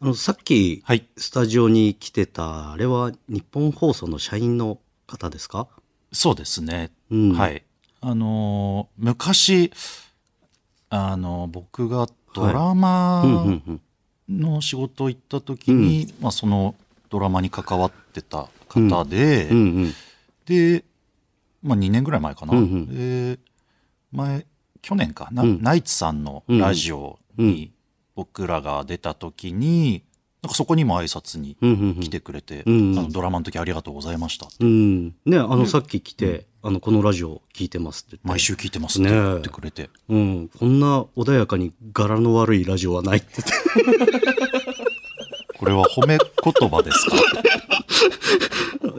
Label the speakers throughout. Speaker 1: あの、さっき、
Speaker 2: はい。
Speaker 1: スタジオに来てた、あれは日本放送の社員の方ですか
Speaker 2: そうですね。
Speaker 1: うん
Speaker 2: はい。あのー昔、あのー僕がドラ
Speaker 1: うんう
Speaker 2: マ
Speaker 1: んうん。
Speaker 2: の仕事行った時に、まあ、そのドラマに関わってた方で、
Speaker 1: うんうん。
Speaker 2: で、まあ、2年ぐらい前かな、
Speaker 1: うんうん
Speaker 2: で前去年かな、
Speaker 1: うん
Speaker 2: ナイツさんのラジオに僕らが出た時に、なんかそこにも挨拶に
Speaker 1: うんうんうん
Speaker 2: 来てくれて、
Speaker 1: うん
Speaker 2: あのドラマの時ありがとうございましたって、
Speaker 1: うん。ね、あの、さっき来て、あの、このラジオ聞いてますって言って。
Speaker 2: 毎週聞いてますって
Speaker 1: ねえ
Speaker 2: 言ってくれて、
Speaker 1: うん。こんな穏やかに柄の悪いラジオはないって言って。
Speaker 2: これは褒め言葉ですか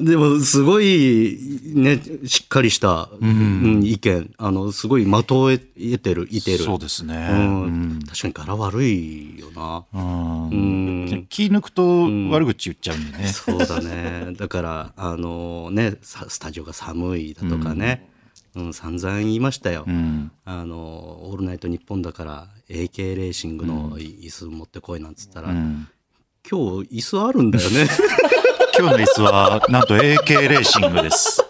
Speaker 1: でも、すごい、ね、しっかりした、うんん意見。あの、すごい的を得てる、いてる。
Speaker 2: そうですね、
Speaker 1: う
Speaker 2: うんん。
Speaker 1: 確かに柄悪いよな。
Speaker 2: うん
Speaker 1: うん
Speaker 2: 気抜くと悪口言っちゃうんでね、
Speaker 1: そうだね。だから、あのね、さスタジオが寒いだとかね、うん、散々言いましたよ。
Speaker 2: うん
Speaker 1: あの、オールナイト日本だから、AK レーシングの椅子持ってこいなんつったら、
Speaker 2: うん
Speaker 1: 今日椅子あるんだよ ね。
Speaker 2: 今日の椅子はなんと AK レーシングです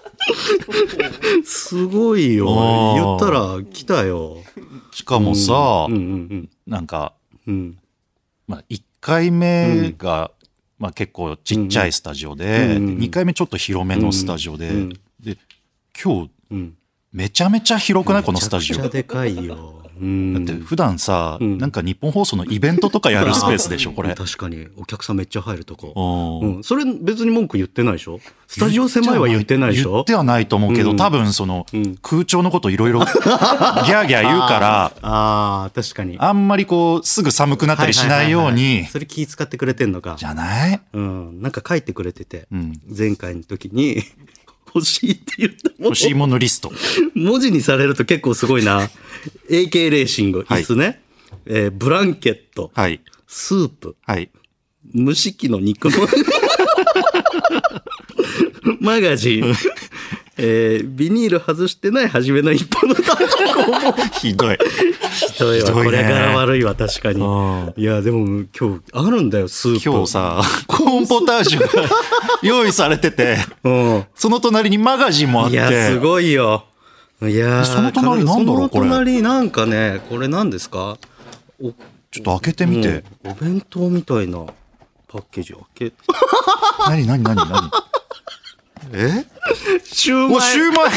Speaker 1: すごいよ。
Speaker 2: あー
Speaker 1: 言ったら来たよ。
Speaker 2: しかもさ、
Speaker 1: うんうん
Speaker 2: なんか、
Speaker 1: うん。うん。
Speaker 2: まあ、1回目が、まあ、結構ちっちゃいスタジオで,、
Speaker 1: うんうん
Speaker 2: 2回目ちょっと広めのスタジオで,、
Speaker 1: うん
Speaker 2: で今日
Speaker 1: うん。
Speaker 2: めちゃめちゃ広くないこのスタジオ
Speaker 1: めちゃく
Speaker 2: だっ
Speaker 1: ちゃでかいよ。うん。
Speaker 2: て普段さ、
Speaker 1: うん
Speaker 2: なんか日本放送のイベントとかやるスペースでしょこれ。
Speaker 1: 確かに、お客さんめっちゃ入るとこ。
Speaker 2: う
Speaker 1: うんん、それ別に文句言ってないでしょスタジオ狭いは言ってないでし
Speaker 2: 言
Speaker 1: ょ
Speaker 2: ってはないと思うけど、
Speaker 1: うん
Speaker 2: 多分その、
Speaker 1: うん
Speaker 2: 空調のこと いろいろギャーギャー言うから
Speaker 1: ああ確かに
Speaker 2: あんまりこうすぐ寒くなったりしないよう
Speaker 1: ははは
Speaker 2: に
Speaker 1: はそれ気使ってくれてんのか
Speaker 2: じゃない
Speaker 1: うんなんか書いてくれてて、
Speaker 2: うん
Speaker 1: 前回の時 に欲しいって言ったも
Speaker 2: 欲しいものリスト。
Speaker 1: 文字にされると結構すごいな AK レーシング
Speaker 2: はい
Speaker 1: 椅子ね、えーブランケット、
Speaker 2: はい。
Speaker 1: スープ
Speaker 2: はい。
Speaker 1: 蒸し器の肉 もマガジン、えービニール外してない初めの一歩のタコ
Speaker 2: ひどい。
Speaker 1: ひどいわ
Speaker 2: ひどいね
Speaker 1: これから悪いわ確かに
Speaker 2: うん
Speaker 1: いやでも今日あるんだよスープ
Speaker 2: 今日さ、コーンポタージ ュが用意されてて、
Speaker 1: うん
Speaker 2: その隣にマガジンもあっ
Speaker 1: い
Speaker 2: て、
Speaker 1: やすごいよいやー
Speaker 2: その隣なんだろうこれ
Speaker 1: その隣なんかねこれ何ですかお
Speaker 2: ちょっと開けてみて。
Speaker 1: うんお弁当みたいなパッケージ開け
Speaker 2: 何何何 何え
Speaker 1: シュー
Speaker 2: もう シューマイ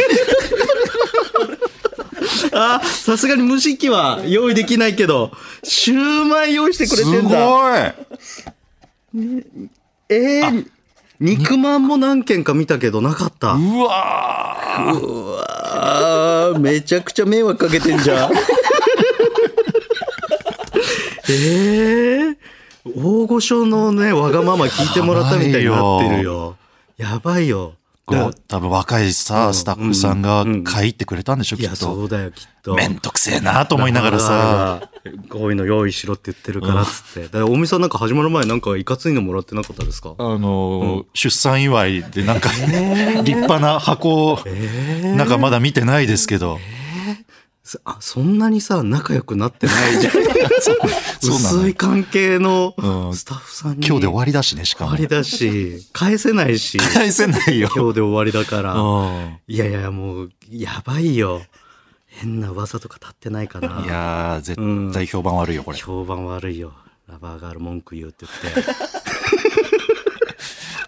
Speaker 1: あさすがに蒸し器は用意できないけどシューマイ用意してくれ
Speaker 2: す
Speaker 1: てん
Speaker 2: ご
Speaker 1: だ
Speaker 2: い
Speaker 1: えー肉まんも何軒か見たけどなかった
Speaker 2: うわー
Speaker 1: あーめちゃくちゃ迷惑かけてんじ ゃん。ええ大御所のね、わがまま聞いてもらったみたいになってるよ。やばいよ。
Speaker 2: こう多分若いさ、
Speaker 1: ん
Speaker 2: スタッフさんが
Speaker 1: うん
Speaker 2: 書いてくれたんでしょ、
Speaker 1: い
Speaker 2: き
Speaker 1: や、
Speaker 2: っ
Speaker 1: そ
Speaker 2: と。
Speaker 1: うだよ、きっと。
Speaker 2: めんどくせえなと思いながらさ。
Speaker 1: だから。こういうの用意しろって言ってるからっつって。だから、おみさんなんか始まる前なんかいかついのもらってなかったですか
Speaker 2: あのー出産祝いでなんか、立派な箱を、なんかまだ見てないです けど、
Speaker 1: そあ、そんなにさ、仲良くなってないじ ゃん。
Speaker 2: そうなのよ
Speaker 1: 薄い関係の
Speaker 2: うん
Speaker 1: スタッフさんに。
Speaker 2: 今日で終わりだしね、しか
Speaker 1: 終
Speaker 2: も
Speaker 1: わ。りだし、返せないし、
Speaker 2: 返せな いよ。
Speaker 1: 今日で終わりだから。
Speaker 2: う
Speaker 1: いやいや、もう、やばいよ。変な噂とか立ってないか
Speaker 2: んい
Speaker 1: な。
Speaker 2: やー、絶対評判悪いよ、これ。
Speaker 1: 評判悪いよ。ラバーガール文句言うって言って。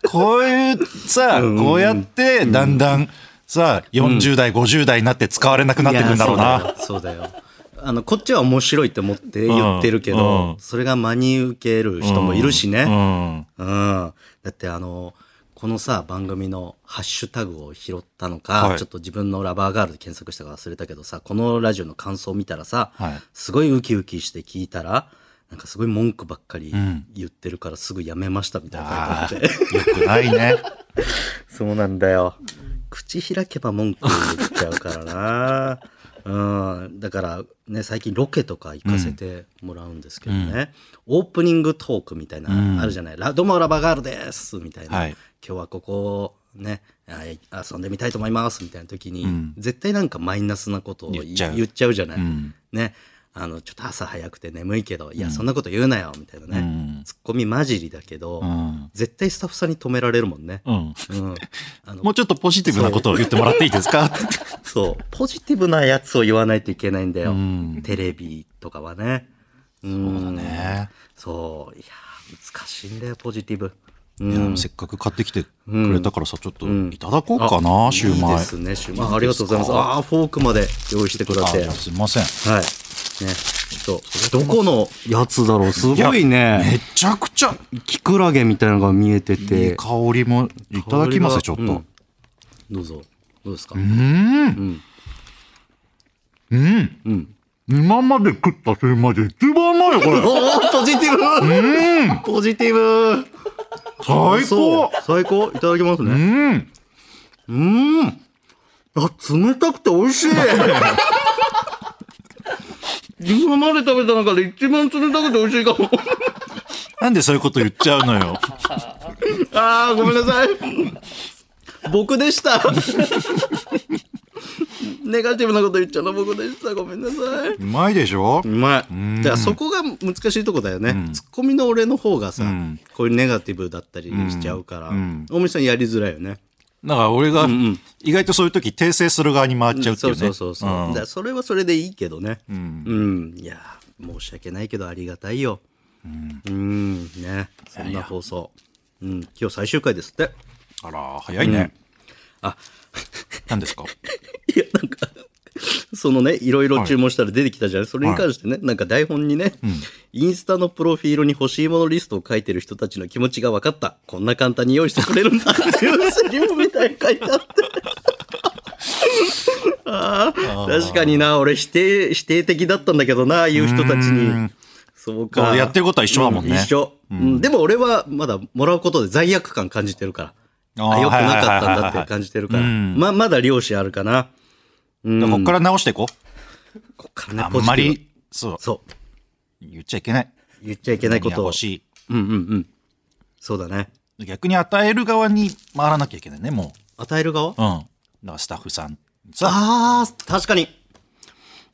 Speaker 2: こういうさ、
Speaker 1: うん
Speaker 2: こうやって、だんだん、さ、40代、50代になって使われなくなってくんだろう
Speaker 1: い
Speaker 2: な。
Speaker 1: や。そうだよ。そうだよあの、こっちは面白いって思って言ってるけど、
Speaker 2: うん
Speaker 1: それが真に受ける人もいるしね。
Speaker 2: う
Speaker 1: う
Speaker 2: ん。
Speaker 1: ん、だってあのこのさ番組のハッシュタグを拾ったのか、
Speaker 2: はい
Speaker 1: ちょっと自分のラバーガールで検索したか忘れたけどさこのラジオの感想を見たらさ、
Speaker 2: はい
Speaker 1: すごいウキウキして聞いたらなんかすごい文句ばっかり
Speaker 2: ん
Speaker 1: 言ってるからすぐやめましたみたいな
Speaker 2: あ
Speaker 1: 書いてあって、
Speaker 2: ーよくないね。
Speaker 1: そうなんだよ口開けば文句言っちゃうから なうん、だからね最近ロケとか行かせてもらうんですけどね、オープニングトークみたいな、
Speaker 2: うん
Speaker 1: あるじゃない「ラどうもラバーガールです」みたいな、
Speaker 2: はい
Speaker 1: 今日はここねあ遊んでみたいと思います」みたいな時に、
Speaker 2: うん
Speaker 1: 絶対なんかマイナスなことを言
Speaker 2: 言っちゃう
Speaker 1: 言っちゃうじゃない。
Speaker 2: うん
Speaker 1: ねあのちょっと朝早くて眠いけど、いやそんなこと言うなよみたいなね、ツッコミ混じりだけど、
Speaker 2: うん
Speaker 1: 絶対スタッフさんに止められるもんね。
Speaker 2: うん。
Speaker 1: うん、あの
Speaker 2: もうちょっとポジティブなことを言ってもらっていいですか
Speaker 1: そうポジティブなやつを言わないといけないんだよ、
Speaker 2: ん
Speaker 1: テレビとかはね。うん、そうい
Speaker 2: ね
Speaker 1: やー難しいんだよポジティブ。うん
Speaker 2: いやせっかく買ってきてくれたからさ、ちょっといただこう
Speaker 1: あ
Speaker 2: かな、シューマイ。
Speaker 1: いいですね、シューマイ。ありがとうございます。
Speaker 2: いいですか
Speaker 1: ああ、フォークまで用意してくれて。
Speaker 2: あ
Speaker 1: はい。ね
Speaker 2: じゃあ。すいません。
Speaker 1: そう。どこのやつだろうすごい
Speaker 2: め
Speaker 1: ね。
Speaker 2: ちゃくちゃ
Speaker 1: キクラゲみたいなのが見えて
Speaker 2: い
Speaker 1: て。
Speaker 2: い香りもいただきますちょっと。
Speaker 1: う
Speaker 2: うんん。
Speaker 1: どうぞ。どうですか
Speaker 2: うん。うん。今まで食ったシューマイで一番うまいよ、これ。
Speaker 1: おおポジティブポジティブ
Speaker 2: 最
Speaker 1: そう
Speaker 2: 高
Speaker 1: 最高いただきます
Speaker 2: う
Speaker 1: ね。
Speaker 2: ん。
Speaker 1: うんあ、冷たくて美味 しい今まで食べた中で一番冷たくて美味しいかも。
Speaker 2: なんでそういうこと言っちゃうのよ。
Speaker 1: ああ、ごめんなさい。僕でした。 ネガティブなこと言っちゃうの僕でした。ごめんなさい。
Speaker 2: うまいでしょ
Speaker 1: うまい。だからそこが難しいとこだよね。ツッコミの俺の方がさ、
Speaker 2: ん
Speaker 1: こういうネガティブだったりしちゃうから、
Speaker 2: ん
Speaker 1: 大森さんやりづらいよね。
Speaker 2: だから俺が意外とそういう時訂正する側に回っちゃうって
Speaker 1: そ
Speaker 2: いう
Speaker 1: う
Speaker 2: ね。
Speaker 1: そうそうそう。
Speaker 2: ん
Speaker 1: だからそれはそれでいいけどね。うんん。いや、申し訳ないけどありがたいよ。うん、ね。そんな放送。うん、今日最終回ですって。
Speaker 2: あら、早いね。
Speaker 1: あ、
Speaker 2: 何ですか
Speaker 1: いや、なんか、そのね、いろいろ注文したら出てきたじゃない、それに関してね、なんか台本にね、インスタのプロフィールに欲しいものリストを書いてる人たちの気持ちが分かった。こんな簡単に用意してくれるんだっていうセリフみたいに書いてあ って。ああ確かにな、俺否定、否定的だったんだけどな、いう人たちに。そう
Speaker 2: そ
Speaker 1: か。
Speaker 2: うやってることは一緒だもんね
Speaker 1: う一緒、うんでも俺はまだもらうことで罪悪感感じてるから。
Speaker 2: あ
Speaker 1: あ、
Speaker 2: ー
Speaker 1: 良くなかった
Speaker 2: はいはい
Speaker 1: ん
Speaker 2: はい
Speaker 1: だっ
Speaker 2: はい
Speaker 1: ていう感じてるから。
Speaker 2: うん
Speaker 1: ま、まだ漁師あるかな。うん
Speaker 2: だからこっから直していこ
Speaker 1: こっから
Speaker 2: う。
Speaker 1: ね
Speaker 2: あ、ん
Speaker 1: ポジティブ
Speaker 2: まり、そう、
Speaker 1: そう。
Speaker 2: 言っちゃいけない。
Speaker 1: 言っちゃいけないこ
Speaker 2: 何
Speaker 1: と
Speaker 2: が
Speaker 1: を
Speaker 2: 欲。し
Speaker 1: うんうんうん。そうだね。
Speaker 2: い。逆に与える側に回らなきゃいけないね、も
Speaker 1: 与える側
Speaker 2: う。うん。だからスタッフさん。さ
Speaker 1: ああ、確かに。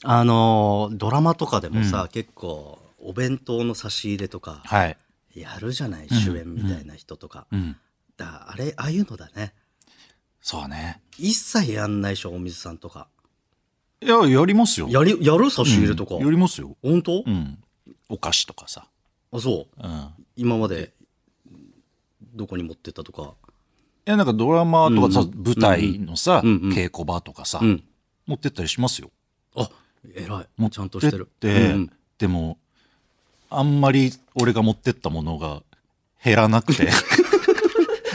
Speaker 1: あのー、ドラマとかでもさ、結構、お弁当の差し入れとか、
Speaker 2: はい。
Speaker 1: やるじゃない、主演みたいな人とか。
Speaker 2: うん。
Speaker 1: だあれ、ああいうのだね。
Speaker 2: そうね。
Speaker 1: 一切やんないでしょ、お水さんとか。
Speaker 2: いや、やりますよ。
Speaker 1: やり、やる差し入れとか。
Speaker 2: やりますよ。
Speaker 1: 本当、
Speaker 2: うん。お菓子とかさ。
Speaker 1: あ、そう。
Speaker 2: うん。い
Speaker 1: 今まで、どこに持ってったとか。
Speaker 2: や、なんかドラマとかさ、舞台のさ、
Speaker 1: うんうん
Speaker 2: 稽古場とかさ、
Speaker 1: うん。
Speaker 2: 持ってったりしますよ。
Speaker 1: あ、偉い。
Speaker 2: 持
Speaker 1: も
Speaker 2: っ
Speaker 1: うちゃんとしてる。
Speaker 2: てって
Speaker 1: うんうん
Speaker 2: でも、あんまり俺が持ってったものが減らな くて、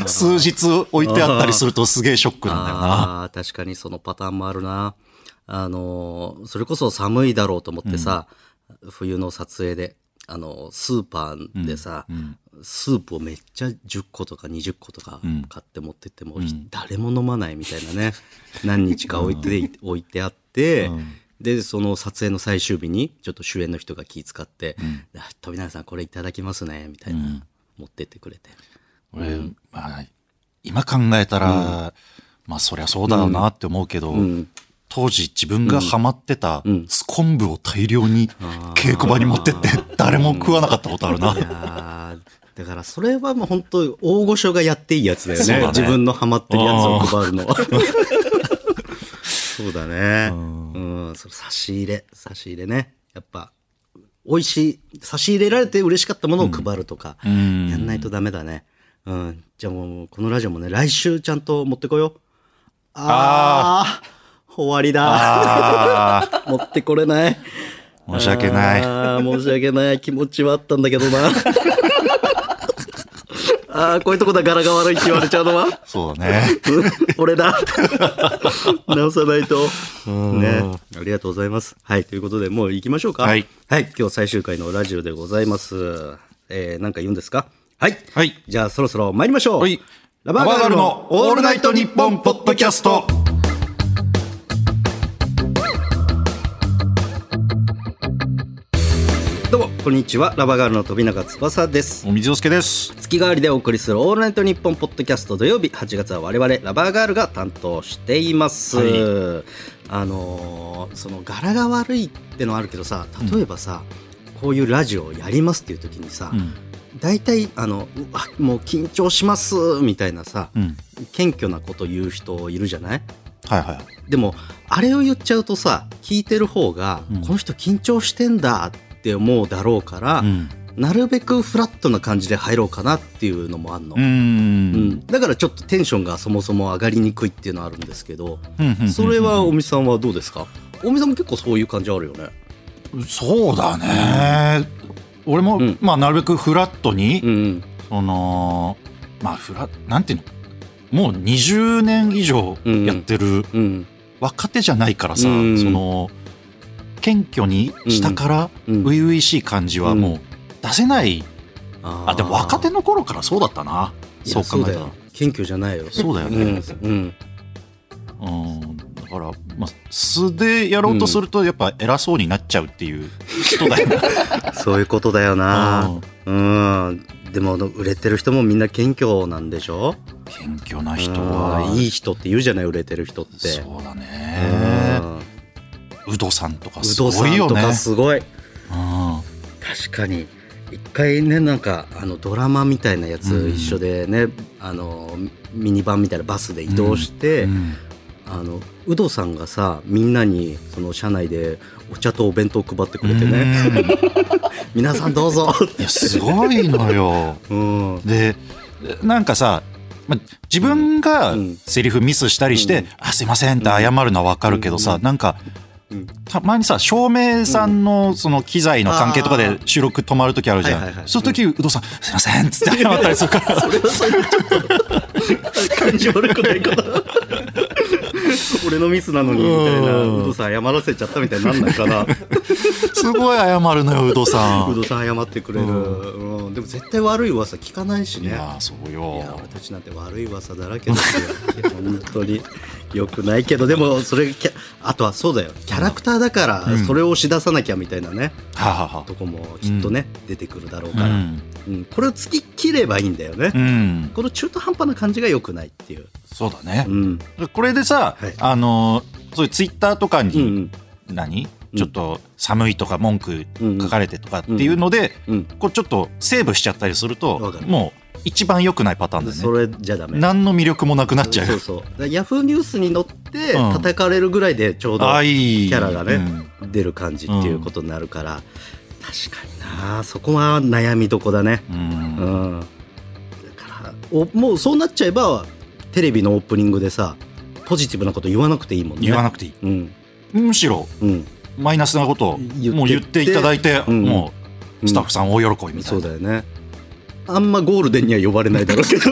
Speaker 2: 数日置いてあったりするとすげえショックなんだよな。
Speaker 1: ああー確かにそのパターンもあるな。あのーそれこそ寒いだろうと思ってさ、冬の撮影で、あのースーパーでさ、
Speaker 2: うん
Speaker 1: スープをめっちゃ10個とか20個とか
Speaker 2: うん
Speaker 1: 買って持ってっても、誰も飲まないみたいなね、何日か置いて、 置いてあって、で、その撮影の最終日に、ちょっと主演の人が気遣って、あ富永さんこれいただきますね、みたいな、持ってってくれて。
Speaker 2: 俺、まあ、今考えたら、まあそりゃそうだろうなって思うけど、当時自分がハマってたスコンブを大量に稽古場に持ってって誰も食わなかったことあるな。
Speaker 1: あーだからそれはもう本当大御所がやっていいやつだよ
Speaker 2: そう
Speaker 1: ね
Speaker 2: だね
Speaker 1: 自分のハマってるやつを配るのそうだねうんそれ差し入れ差し入れねやっぱ美味しい差し入れられて嬉しかったものを配るとか、
Speaker 2: ん
Speaker 1: やんないとダメだねうんじゃあもうこのラジオもね来週ちゃんと持ってこようああ終わりだ
Speaker 2: ああ、
Speaker 1: 持ってこれない
Speaker 2: 申し訳ない。
Speaker 1: あー申し訳ない気持ちはあったんだけど なあーこういうとこだ柄が悪いって言われちゃうのは
Speaker 2: そうだね。
Speaker 1: うん俺だ 直さないとねありがとうございますはいということでもう行きましょうか
Speaker 2: はい、
Speaker 1: 今日最終回のラジオでございますえー、なんか言うんですかはい、
Speaker 2: はい
Speaker 1: じゃあそろそろ参りましょう、
Speaker 2: はい
Speaker 1: ラバーガールのオールナイトニッポンポッドキャストどうもこんにちはラバガールの富永翼です
Speaker 2: お水洋介です。
Speaker 1: 月替わりでお送りする「オールナイトニッポン」ポッドキャスト土曜日8月は我々ラバーガールが担当しています、あのーその柄が悪いってのはあるけどさ例えばさ、こういうラジオをやりますっていう時にさ、
Speaker 2: うん。
Speaker 1: 大体あのうわもう緊張しますみたいなさ
Speaker 2: うん。
Speaker 1: 謙虚なこと言う人いるじゃない
Speaker 2: はいはい。
Speaker 1: でもあれを言っちゃうとさ聞いてる方が、
Speaker 2: うん
Speaker 1: この人緊張してんだって思うだろうから、
Speaker 2: うん。
Speaker 1: なるべくフラットな感じで入ろうかなっていうのもあんの、
Speaker 2: う。
Speaker 1: うんんだからちょっとテンションがそもそも上がりにくいっていうのはあるんですけど、
Speaker 2: うん
Speaker 1: それはおみさんはどうですかおみさんも結構そういう感じあるよね。
Speaker 2: そうだね。俺も、
Speaker 1: うん
Speaker 2: まあなるべくフラットに、
Speaker 1: うん
Speaker 2: そのまあフラなんていうのもう20年以上
Speaker 1: うん
Speaker 2: やってる
Speaker 1: うんうん
Speaker 2: 若手じゃないからさ、
Speaker 1: うん
Speaker 2: その謙虚に下から
Speaker 1: うん
Speaker 2: 初々しい感じはもう出せない、
Speaker 1: あー
Speaker 2: あでも若手の頃からそうだったないそ
Speaker 1: や
Speaker 2: う考
Speaker 1: だ
Speaker 2: えたら
Speaker 1: よ謙虚じゃないよ。
Speaker 2: そうだよ
Speaker 1: うん
Speaker 2: ね、
Speaker 1: うん
Speaker 2: うん、だから、まあ、素でやろうとするとやっぱ偉そうになっちゃうっていう人だよね、
Speaker 1: そういうことだよ
Speaker 2: う
Speaker 1: なんうんでもあの売れてる人もみんな謙虚なんでしょ
Speaker 2: 謙虚な人は
Speaker 1: うんいい人って言うじゃない売れてる人って
Speaker 2: そうだね
Speaker 1: うん
Speaker 2: うどさんとか
Speaker 1: う
Speaker 2: す
Speaker 1: ど
Speaker 2: ご
Speaker 1: さん
Speaker 2: いよ
Speaker 1: と
Speaker 2: ね
Speaker 1: かすごい
Speaker 2: うん
Speaker 1: 確かに一回ねなんかあのドラマみたいなやつ
Speaker 2: うん
Speaker 1: 一緒でね、あのミニバンみたいなバスで移動して、
Speaker 2: うん
Speaker 1: あのウドさんがさみんなにその車内でお茶とお弁当を配ってくれてね
Speaker 2: うん
Speaker 1: 「皆さんどうぞ」
Speaker 2: いやすごいのよ。
Speaker 1: うんうん
Speaker 2: でなんかさま自分が
Speaker 1: うん
Speaker 2: セリフミスしたりして「
Speaker 1: うん
Speaker 2: あすいません」って謝るのは分かるけどさ、
Speaker 1: うん
Speaker 2: なんか
Speaker 1: うん
Speaker 2: たまにさ照明さんのその機材の関係とか
Speaker 1: あ
Speaker 2: で
Speaker 1: ー
Speaker 2: 収録止まる時あるじゃ
Speaker 1: は
Speaker 2: ん、
Speaker 1: いはいはい
Speaker 2: そういう時、有働さん「すいません」っつって謝ったりするか ら
Speaker 1: それはそれでちょっと感じ悪くないか な俺のミスなのにみたいな
Speaker 2: うん
Speaker 1: ウドさん謝らせちゃったみたいになんないかな
Speaker 2: すごい謝るのよ有働さ
Speaker 1: ウ
Speaker 2: ん。
Speaker 1: ドさん謝ってくれる、
Speaker 2: うん
Speaker 1: うんでも絶対悪い噂聞かないし
Speaker 2: い
Speaker 1: ね
Speaker 2: やそう
Speaker 1: いや
Speaker 2: よ
Speaker 1: 俺たちなんて悪い噂だらけですよ本当によくないけどでもそれキャあとはそうだよキャラクターだから
Speaker 2: うん
Speaker 1: それを押し出さなきゃみたいなね、
Speaker 2: ははは
Speaker 1: とこもきっとね、出てくるだろう
Speaker 2: う
Speaker 1: から、うん
Speaker 2: ん、
Speaker 1: これを突き切ればいいんだよね、
Speaker 2: うん、
Speaker 1: この中途半端な感じが良くないっていう、
Speaker 2: そうだね
Speaker 1: う、ん
Speaker 2: これでさ、
Speaker 1: はい
Speaker 2: あのそういうツイッターとかに、
Speaker 1: うんうん
Speaker 2: 何、
Speaker 1: うん
Speaker 2: ちょっと寒いとか文句書かれてとかっていうので、
Speaker 1: うん
Speaker 2: こうちょっとセーブしちゃったりする
Speaker 1: わ
Speaker 2: と
Speaker 1: かる
Speaker 2: もう一番良くないパターンだ
Speaker 1: そ
Speaker 2: よね
Speaker 1: れじゃダメ
Speaker 2: 何の魅力もなくなっちゃう
Speaker 1: そうそうだからヤフーニュースに乗って
Speaker 2: うん
Speaker 1: 叩かれるぐらいでちょうど、
Speaker 2: ああいい
Speaker 1: キャラがね、
Speaker 2: うん
Speaker 1: 出る感じっていうことになるから、確かになそこは悩みどこだね
Speaker 2: うん
Speaker 1: うんだからおもうそうなっちゃえばテレビのオープニングでさポジティブなこと言わなくていいもんね
Speaker 2: 言わなくていい
Speaker 1: うん
Speaker 2: むしろ
Speaker 1: うん
Speaker 2: マイナスなことを
Speaker 1: 言って
Speaker 2: もう言っていただいて、
Speaker 1: うん
Speaker 2: もうスタッフさん大喜びみた
Speaker 1: そ
Speaker 2: いうな、
Speaker 1: だよねあんまゴールデンには呼ばれないだろうけど、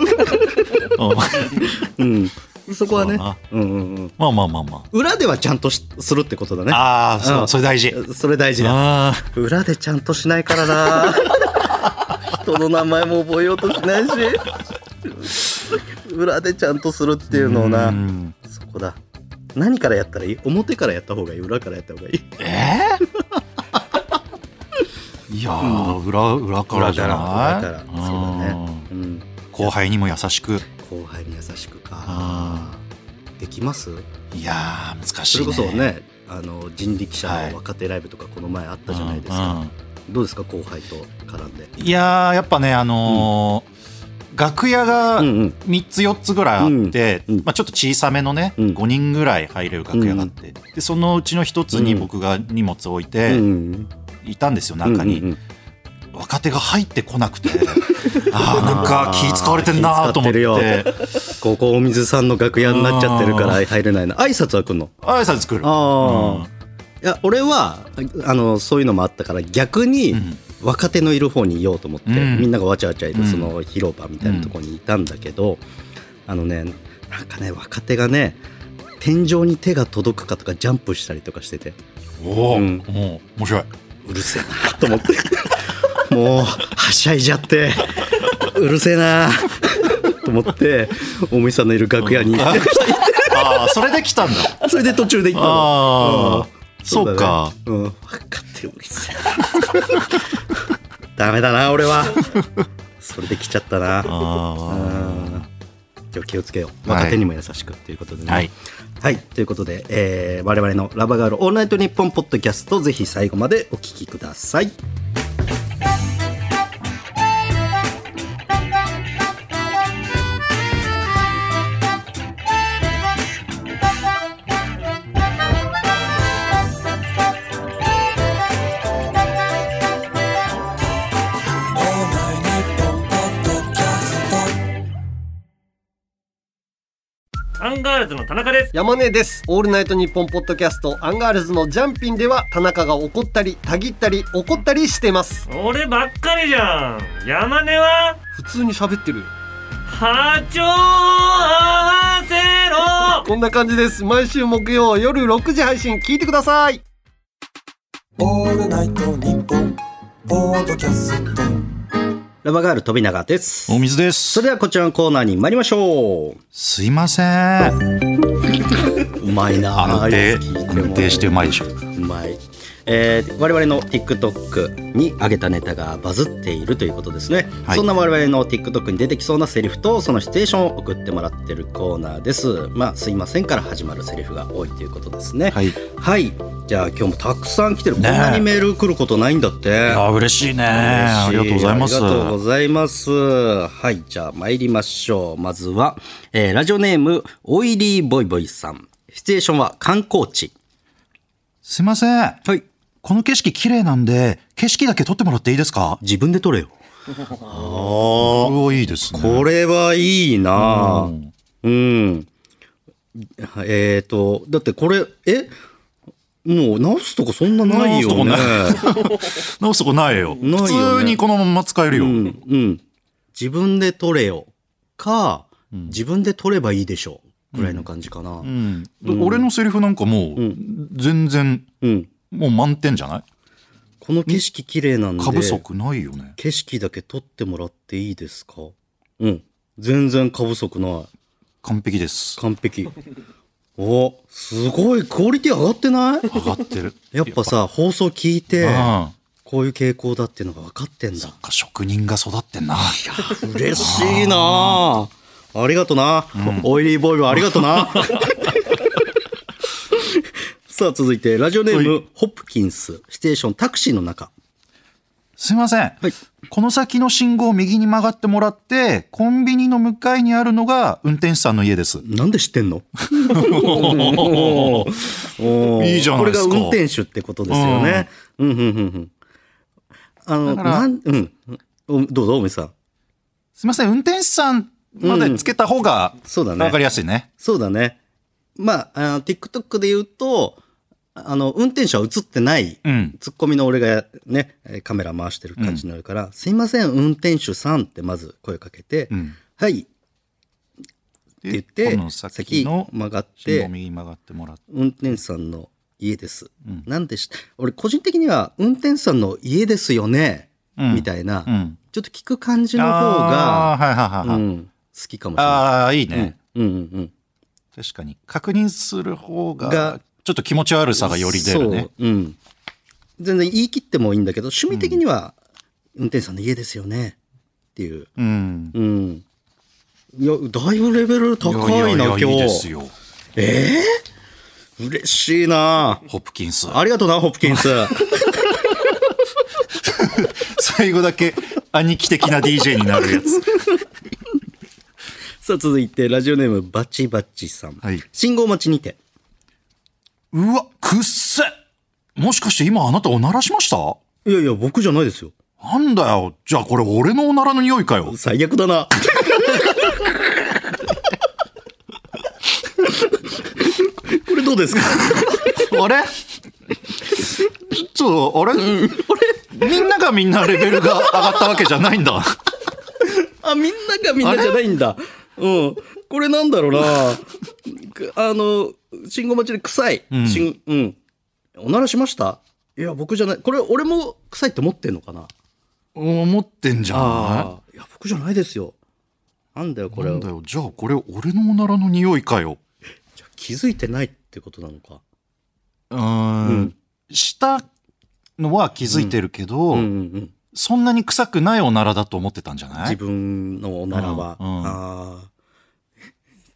Speaker 2: うん
Speaker 1: うん、そこはね
Speaker 2: そうだな
Speaker 1: うんうんうん
Speaker 2: まあまあまあま
Speaker 1: 裏ではちゃんとしするってことだね
Speaker 2: あああそううんそれ大事
Speaker 1: それ大事だ
Speaker 2: ああ
Speaker 1: 裏でちゃんとしないから な人の名前も覚えようとしないし裏でちゃんとするっていうのをな、
Speaker 2: うん
Speaker 1: そこだ何からやったらいい表からやった方がいい裏からやった方がいい
Speaker 2: え ーいやー、裏裏からじゃない
Speaker 1: 裏から裏からそうだね
Speaker 2: うん
Speaker 1: うん
Speaker 2: 後輩にも優しく
Speaker 1: 後輩に優しくか
Speaker 2: あ
Speaker 1: できます
Speaker 2: いやー難しい、
Speaker 1: そ
Speaker 2: ね、
Speaker 1: れこそねあの人力車の若手ライブとかこの前あったじゃないですか、
Speaker 2: うんうん
Speaker 1: どうですか後輩と絡んで
Speaker 2: いやーやっぱねあのー楽屋が
Speaker 1: うんうん
Speaker 2: 3つ4つぐらいあって、
Speaker 1: うんうん
Speaker 2: まあ、ちょっと小さめのね、
Speaker 1: うん
Speaker 2: 5人ぐらい入れる楽屋があって、でそのうちの1つに僕が荷物を置いて
Speaker 1: ん
Speaker 2: いたんですよ中に、
Speaker 1: うんうんうん
Speaker 2: 若手が入ってこな くてあーなんか気使われてんなーと思って
Speaker 1: 気使ってここお水さんの楽屋になっちゃってるから
Speaker 2: あ
Speaker 1: 入れないな挨拶は来んの
Speaker 2: 挨拶来る
Speaker 1: あいや俺はあのそういうのもあったから逆に
Speaker 2: うん
Speaker 1: 若手のいる方にいようと思って、
Speaker 2: うん
Speaker 1: みんながわちゃわちゃいる
Speaker 2: うん
Speaker 1: その広場みたいなところにいたんだけど、あのねなんかね若手がね天井に手が届くかとかジャンプしたりとかしてて
Speaker 2: おお、
Speaker 1: うん
Speaker 2: もう面白い。
Speaker 1: うるせえなと思って もうはしゃいじゃってうるせえなと思っておみさんのいる楽屋に行って
Speaker 2: ああ、それで来たんだ。
Speaker 1: それで途中で行ったの。
Speaker 2: ああ
Speaker 1: ん、
Speaker 2: そうか。。
Speaker 1: だねうん、分かってうるせえなダメだな俺はそれで来ちゃったな
Speaker 2: あ
Speaker 1: うんじゃあ気をつけよう
Speaker 2: はい
Speaker 1: 若手にも優しくっていうことでね
Speaker 2: は
Speaker 1: はいい、ということで、えー我々の「ラバーガールオールナイトニッポン」ポッドキャストぜひ最後までお聞きください
Speaker 3: アンガールズの田中です。
Speaker 4: 山根です。オールナイトニッポンポッドキャストアンガールズのジャンピンでは田中が怒ったり、たぎったり、怒ったりしてます。
Speaker 3: 俺ばっかりじゃん。山根は
Speaker 4: 普通に喋ってる。
Speaker 3: 波長を合わせろ
Speaker 4: こんな感じです。毎週木曜夜6時配信聞いてください。
Speaker 5: オールナイトニッポンポッドキャスト
Speaker 1: ラバーガール富永です
Speaker 2: お水で
Speaker 1: そ
Speaker 2: す
Speaker 1: れではこちらのコーナーに参りましょ
Speaker 2: すいません
Speaker 1: ううまいなあ
Speaker 2: 安定
Speaker 1: よく聞いても
Speaker 2: 安定してうまいでしょ
Speaker 1: うまい、えー我々の TikTok に上げたネタがバズっているということですね、
Speaker 2: はい
Speaker 1: そんな我々の TikTok に出てきそうなセリフとそのシチュエーションを送ってもらってるコーナーですまあすいませんから始まるセリフが多いということですね
Speaker 2: はい
Speaker 1: はいじゃあ今日もたくさん来てる、
Speaker 2: ねえ
Speaker 1: こんなにメール来ることないんだって
Speaker 2: あ嬉しいねありがとうございます
Speaker 1: ありがとうございます。はい、じゃあ参りましょう。まずは、えーラジオネーム、オイリーボイボイさん。シチュエーションは観光地。
Speaker 2: すいません
Speaker 1: はい。
Speaker 2: この景色綺麗なんで景色だけ撮ってもらっていいですか
Speaker 1: 自分で撮れよ。あ
Speaker 2: これはいいです
Speaker 1: あ、
Speaker 2: ね
Speaker 1: これはいいなうん。えっ、と、だってこれ、えもう直すとこそんなないよね。
Speaker 2: 直直すとこないよ
Speaker 1: いよね
Speaker 2: 普通にこのまま使えるよ、
Speaker 1: うん、うん。自分で撮れよ。か、自分で撮ればいいでしょう。ぐらいの感じかな。
Speaker 2: うん俺のセリフなんかもう全然
Speaker 1: うん。
Speaker 2: もう満点じゃない
Speaker 1: この景色綺麗なんで
Speaker 2: 過不足ないよね
Speaker 1: 景色だけ撮ってもらっていいですかうん全然過不足ない
Speaker 2: 完璧です
Speaker 1: 完 璧おすごいクオリティ上がってない
Speaker 2: 上がって る
Speaker 1: やっぱさ放送聞いて
Speaker 2: うん
Speaker 1: こういう傾向だっていうのが分かってんだ
Speaker 2: そっか職人が育ってんな
Speaker 1: 嬉しいなあありがとな、オイリーボーイはありがとな さあ続いてラジオネームホップキンスステーションタクシーの中
Speaker 2: すいません、
Speaker 1: い
Speaker 2: この先の信号を右に曲がってもらってコンビニの向かいにあるのが運転手さんの家です
Speaker 1: なんで知ってんのおー
Speaker 2: いいじゃないですか
Speaker 1: これが運転手ってことですよね。うん、うん、うんうん。あの、
Speaker 2: だから
Speaker 1: なん、うん。おどうぞ、おみさん。
Speaker 2: すいません運転手さんまでつけた方が
Speaker 1: そうだね
Speaker 2: 分かりやすいね、
Speaker 1: そうだね。まあ、あの TikTok で言うと、あの、運転手は映ってない、
Speaker 2: うん
Speaker 1: ツッコミの俺がね、えーカメラ回してる感じになるから、すいません、運転手さんってまず声かけて、
Speaker 2: うん
Speaker 1: はい、って
Speaker 2: で
Speaker 1: 言って、
Speaker 2: この先の
Speaker 1: 先曲がっ
Speaker 2: 信号
Speaker 1: て
Speaker 2: を、右に曲がってもらって
Speaker 1: 運転手さんの家です。なんでし、俺個人的には運転手さんの家ですよね、
Speaker 2: うん
Speaker 1: みたいな、
Speaker 2: うん
Speaker 1: ちょっと聞く感じの方が、
Speaker 2: あーはいはいは
Speaker 1: う
Speaker 2: いはい、
Speaker 1: ん、好きかもしれな
Speaker 2: あーいいね、
Speaker 1: い。うんうんうん。
Speaker 2: 確かに確認する方が
Speaker 1: が
Speaker 2: ちょっと気持ち悪さがより出るね
Speaker 1: そう、うん。全然言い切ってもいいんだけど、趣味的には運転手さんの家ですよねっていう。
Speaker 2: うん
Speaker 1: うん。いや、だいぶレベル高いな、今
Speaker 2: ややいいです
Speaker 1: 日。
Speaker 2: よ
Speaker 1: ええ嬉しいな。
Speaker 2: ホプキンス
Speaker 1: ありがとうな、ホプ キンス。
Speaker 2: 最後だけ兄貴的な DJ になるやつ
Speaker 1: さあ続いてラジオネームバチバチさん、
Speaker 2: はい
Speaker 1: 信号待ちにて
Speaker 2: うわくっせもしかして今あなたおならしました
Speaker 1: いやいや僕じゃないですよ
Speaker 2: なんだよじゃあこれ俺のおならの匂いかよ
Speaker 1: 最悪だなこれどうですか
Speaker 2: あれちょっとあれ、みんながみんなレベルが上がったわけじゃないんだ
Speaker 1: あみんながみんなじゃないんだうんこれなんだろうなくあの信号待ちで臭い、うんうん、おならしましたいや僕じゃないこれ俺も臭いって思ってんのかな
Speaker 2: 思ってんじゃな
Speaker 1: あいや僕じゃないですよなんだよこ
Speaker 2: い
Speaker 1: れ
Speaker 2: なんだよじゃあこれ俺のおならの匂いかよ
Speaker 1: じゃあ気づいてないってことなのか
Speaker 2: うーんしたのは気づいてるけど、
Speaker 1: うんうん
Speaker 2: そんなに臭くないおならだと思ってたんじゃない
Speaker 1: 自分のおならは。
Speaker 2: うんうん
Speaker 1: ああ。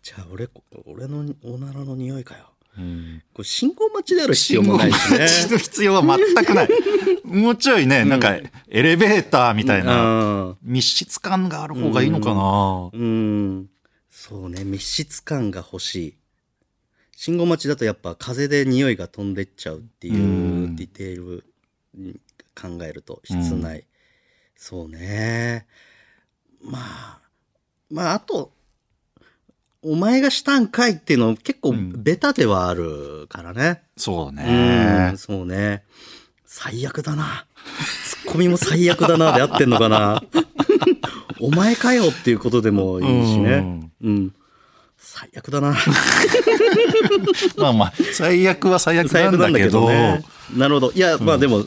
Speaker 1: じゃあ俺、俺のおならの匂いかよ。
Speaker 2: うん
Speaker 1: これ信号待ちである必要もないしね。
Speaker 2: 信号待ちの必要は全くない。もうちょいね、なんか、エレベーターみたいな、
Speaker 1: な。
Speaker 2: 密室感がある方がいいのかな。
Speaker 1: うん。そうね、密室感が欲しい。信号待ちだとやっぱ風で匂いが飛んでっちゃうっていううんディテールに考えると、室内。そうね。まあ、まああと、お前がしたんかいっていうの結構
Speaker 2: ん
Speaker 1: ベタではあるからね。
Speaker 2: そうだ
Speaker 1: うん、
Speaker 2: ね。
Speaker 1: そうね。最悪だな。ツッコミも最悪だなで合ってんのか な。お前かよっていうことでもいいしね。うん。最悪だな。
Speaker 2: まあまあ、最悪は最悪
Speaker 1: 最
Speaker 2: な
Speaker 1: 悪
Speaker 2: ん
Speaker 1: な
Speaker 2: だ
Speaker 1: んだ
Speaker 2: け
Speaker 1: けど
Speaker 2: ど、
Speaker 1: ね。なるほど。いや、まあでも、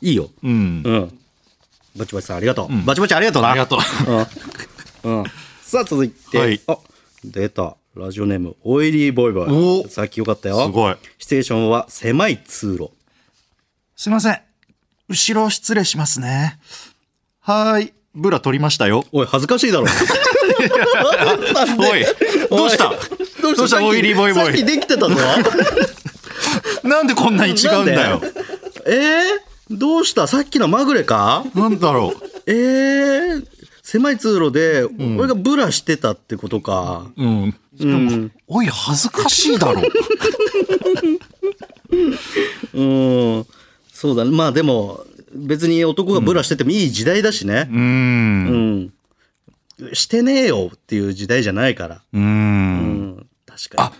Speaker 1: いいよ。
Speaker 2: うん
Speaker 1: う。ん。バチバチさんありがとう。
Speaker 2: ん
Speaker 1: バチバチありがとうな。
Speaker 2: ありがとう。
Speaker 1: うんうんさあ続いて、
Speaker 2: はい
Speaker 1: あ出たラジオネームオイリーボイボ
Speaker 2: お
Speaker 1: イさっきよかったよ
Speaker 2: すごい。
Speaker 1: シチュエーションは狭い通路
Speaker 2: すいません。後ろ失礼しますね。はーい。ブラ取りましたよ。
Speaker 1: おい恥ずかしい だろなんで
Speaker 2: おい、どうした
Speaker 1: おいどう
Speaker 2: どうした
Speaker 1: さっき
Speaker 2: オイリーボイボイ
Speaker 1: さっきできてたぞ
Speaker 2: なんでこんなに違うんだ
Speaker 1: な
Speaker 2: よ
Speaker 1: ん。でえー、どうしたさっきのまぐれか
Speaker 2: なんだろ
Speaker 1: えー、狭い通路で俺がブラしてたってことか、
Speaker 2: う。うん。しかも、おい、恥ずかし いだろ。
Speaker 1: うん、そうだね。まあでも、別に男がブラしててもいい時代だしね。
Speaker 2: う。
Speaker 1: うんん。してねえよっていう時代じゃないから。
Speaker 2: う。
Speaker 1: うんん。確か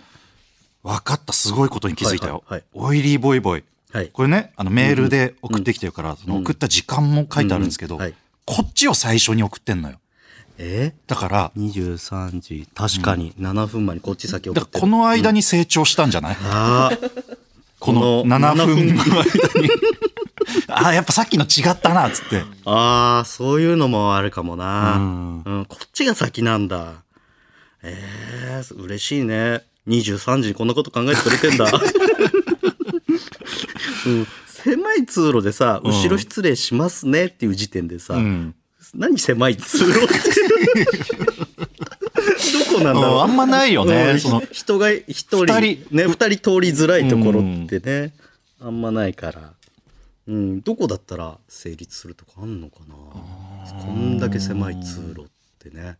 Speaker 2: わかった、すごいことに気づいたよ。
Speaker 1: はいはい
Speaker 2: オイリーボイボイ。
Speaker 1: に。はい。
Speaker 2: これね、あのメールで送ってきてるから、その送った時間も書いてあるんですけど、
Speaker 1: うんうんはい
Speaker 2: こっちを最初に送ってんのよ。
Speaker 1: え
Speaker 2: だから、
Speaker 1: ?23 時。確かに。7分前にこっち先送
Speaker 2: だ
Speaker 1: っ
Speaker 2: か
Speaker 1: てる
Speaker 2: らこの間に成長したんじゃない、
Speaker 1: あー
Speaker 2: この
Speaker 1: この
Speaker 2: 7分
Speaker 1: 7
Speaker 2: の間に。 ああ、やっぱさっきの違ったな、つって。
Speaker 1: あー、そういうのもあるかも
Speaker 2: う
Speaker 1: な。
Speaker 2: ん
Speaker 1: うん。こっちが先なんだ。えー、嬉しいね。23時にこんなこと考えてくれてん だ。うん、狭い通路でさ、
Speaker 2: ん
Speaker 1: 後ろ失礼しますねっていう時点でさ、
Speaker 2: うん
Speaker 1: 何狭い通路 って。どこなんだろう
Speaker 2: あ。んまないよ
Speaker 1: う
Speaker 2: ね。
Speaker 1: ん
Speaker 2: その
Speaker 1: 人が一人
Speaker 2: 二人
Speaker 1: ね、二人通りづらいところってね、あんまないから、うん、どこだったら成立するとかあんのかなこんだけ狭い通路ってね